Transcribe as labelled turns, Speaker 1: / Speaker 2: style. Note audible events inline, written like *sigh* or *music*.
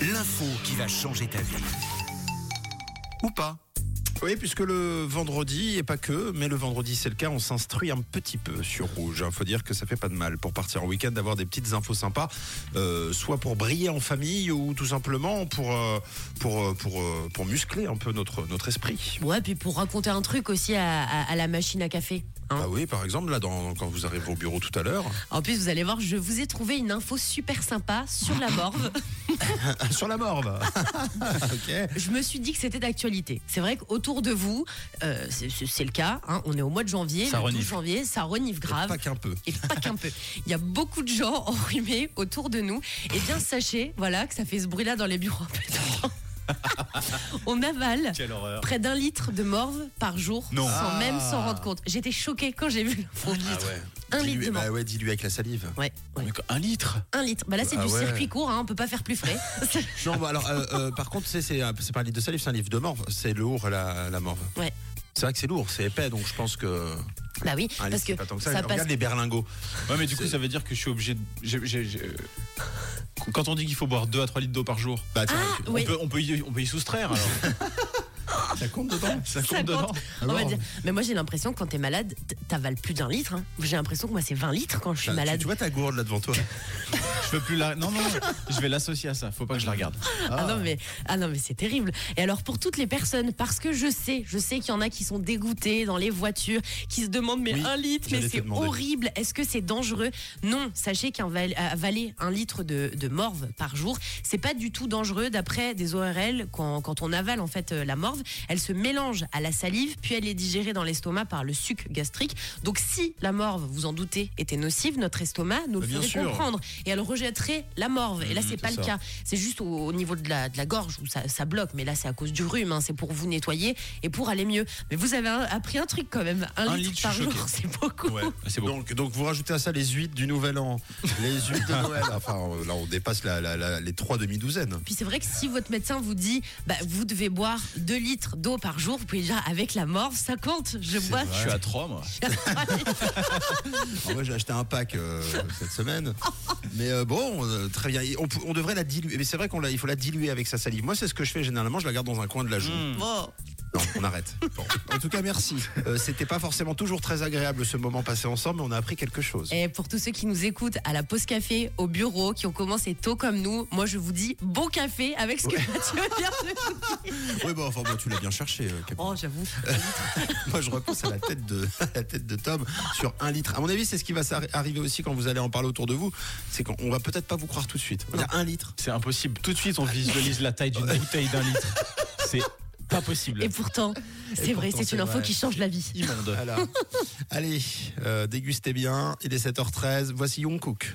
Speaker 1: L'info qui va changer ta vie. Ou pas.
Speaker 2: Oui, puisque le vendredi, et pas que, mais le vendredi c'est le cas, on s'instruit un petit peu sur Rouge. Il faut dire que ça fait pas de mal pour partir en week-end d'avoir des petites infos sympas, euh, soit pour briller en famille ou tout simplement pour, euh, pour, euh, pour, euh, pour muscler un peu notre, notre esprit.
Speaker 3: Ouais, puis pour raconter un truc aussi à, à- à la machine à café. hein.
Speaker 2: Bah oui, par exemple, là, dans- quand vous arrivez au bureau tout à
Speaker 3: *laughs*
Speaker 2: l'heure,
Speaker 3: En plus, vous allez voir, je vous ai trouvé une info super sympa sur la morve.
Speaker 2: sur la morve. *laughs* ok.
Speaker 3: Je me suis dit que c'était d'actualité. C'est vrai qu'autour de vous, euh, c'est- c'est c'est le cas, hein, on est au mois de janvier,
Speaker 1: Ça
Speaker 3: le 12
Speaker 1: renifle.
Speaker 3: janvier, ça renifle grave.
Speaker 2: Pas qu'un peu.
Speaker 3: et pas qu'un peu. Il y a beaucoup de gens *laughs* enrhumés autour de nous. Et bien, sachez, voilà, que ça fait ce bruit-là dans les bureaux. un peu tout le temps. On avale
Speaker 1: Quelle horreur.
Speaker 3: près d'un litre de morve par jour,
Speaker 1: Non.
Speaker 3: sans
Speaker 2: Ah.
Speaker 3: même s'en rendre compte. J'étais choquée quand j'ai vu l'info. Un litre
Speaker 2: Dilué,
Speaker 3: de morve.
Speaker 2: Ah bah ouais, dilué avec la salive.
Speaker 3: Ouais, ouais.
Speaker 1: un litre
Speaker 3: Un litre. Bah là, c'est
Speaker 2: Ah
Speaker 3: du
Speaker 2: ouais.
Speaker 3: circuit court, hein, on peut pas faire plus frais. *laughs*
Speaker 2: Non, bah alors, euh, euh, par contre, c'est, c'est, euh, c'est pas un livre de salive, c'est un livre de morve. C'est lourd, la, la morve.
Speaker 3: Ouais.
Speaker 2: C'est vrai que c'est lourd, c'est épais, donc je pense que.
Speaker 3: bah oui,
Speaker 2: un livre,
Speaker 3: parce
Speaker 2: c'est
Speaker 3: que
Speaker 2: Ah, pas tant que ça.
Speaker 3: ça
Speaker 2: Regarde
Speaker 3: passe.
Speaker 2: les berlingots.
Speaker 4: Ouais, mais du coup,
Speaker 2: C'est-
Speaker 4: ça veut dire que je suis obligé de. j'ai- j'ai- j'ai- euh, Quand on dit qu'il faut boire 2 à 3 litres d'eau par jour,
Speaker 2: Bah, tiens,
Speaker 3: Ah,
Speaker 4: on,
Speaker 3: oui.
Speaker 4: peut, on, peut y, on peut y soustraire alors. *laughs* ça compte dedans Ça compte
Speaker 3: Ça
Speaker 4: dedans
Speaker 3: compte. On va dire. Mais moi j'ai l'impression que quand t'es malade, t- t'avales plus d'un litre. hein. J'ai l'impression que moi c'est 20 litres quand je suis
Speaker 2: Bah, tu-
Speaker 3: malade.
Speaker 2: Tu vois ta gourde là devant
Speaker 3: *laughs*
Speaker 2: toi
Speaker 4: Je veux plus la. Non, non, non, je vais l'associer à ça. Faut pas que je la regarde.
Speaker 3: Ah non mais ah non mais c'est terrible. Et alors pour toutes les personnes parce que je sais, je sais qu'il y en a qui sont dégoûtées dans les voitures, qui se demandent mais
Speaker 2: Oui,
Speaker 3: un litre mais
Speaker 2: j'allais te
Speaker 3: c'est
Speaker 2: demander.
Speaker 3: horrible, est-ce que c'est dangereux Non, sachez qu'avaler un litre de, de morve par jour, c'est pas du tout dangereux d'après des ORL quand, quand on avale en fait euh, la morve, elle se mélange à la salive puis elle est digérée dans l'estomac par le suc gastrique. Donc si la morve, vous en doutez, était nocive, notre estomac nous le
Speaker 2: Bah, bien
Speaker 3: ferait
Speaker 2: sûr.
Speaker 3: comprendre et elle rejetterait la morve et là
Speaker 2: Mhm,
Speaker 3: c'est pas
Speaker 2: c'est
Speaker 3: le
Speaker 2: ça.
Speaker 3: cas. C'est juste au, au niveau de la, de la gorge où ça, ça bloque, mais là c'est à cause du rhume, hein. c'est pour vous nettoyer et pour aller mieux. Mais vous avez un- appris un truc quand même, un,
Speaker 4: Un
Speaker 3: litre,
Speaker 4: litre, je
Speaker 3: par
Speaker 4: suis
Speaker 3: jour, *laughs*
Speaker 4: choqué.
Speaker 3: c'est beaucoup.
Speaker 4: C'est bon.
Speaker 2: donc, donc vous rajoutez à ça les huîtres du Nouvel An, les huîtres
Speaker 3: *laughs*
Speaker 2: de Noël. Enfin, euh, là on dépasse la- la- la- les trois demi-douzaines.
Speaker 3: Puis c'est vrai que si votre médecin vous dit, bah, vous devez boire 2 litres d'eau par jour, vous pouvez dire avec la morve, ça compte. Je bois.
Speaker 4: Ah, Je suis à 3 moi.
Speaker 2: Alors, moi j'ai acheté un pack euh, cette semaine. Mais euh, bon, euh, très bien. Et On, pou- on devrait la diluer. Mais c'est vrai qu'on la- il faut la diluer avec sa salive. Moi c'est ce que je fais généralement, je la garde dans un coin de la joue.
Speaker 3: Hmm. Bon.
Speaker 2: Non, on arrête. Bon. En tout cas, merci. Euh, C'était pas forcément toujours très agréable ce moment passé ensemble, mais on a appris quelque chose.
Speaker 3: Et pour tous ceux qui nous écoutent à la pause café, au bureau, qui ont commencé tôt comme nous, moi je vous dis bon café avec ce que Mathieu vient de dire.
Speaker 2: Oui, bon, enfin bon, tu l'as bien cherché, euh,
Speaker 3: *laughs*
Speaker 2: Capitaine.
Speaker 3: Oh, j'avoue.
Speaker 2: Moi, je repense à la tête de, *laughs* à la tête de Tom sur un litre. À mon avis, c'est ce qui va s'arri- arriver aussi quand vous allez en parler autour de vous. C'est qu'on va peut-être pas vous croire tout de suite. On va dire un litre.
Speaker 4: C'est impossible. Tout de suite, on visualise la taille d'une bouteille d'un litre. C'est pas possible.
Speaker 3: Et pourtant, c'est vrai,
Speaker 2: pourtant,
Speaker 3: c'est une
Speaker 2: c'est
Speaker 3: info
Speaker 2: vrai.
Speaker 3: qui change la vie.
Speaker 4: Immonde.
Speaker 2: Voilà. allez, euh, dégustez bien. Il est 7h13. Voici Young Cook.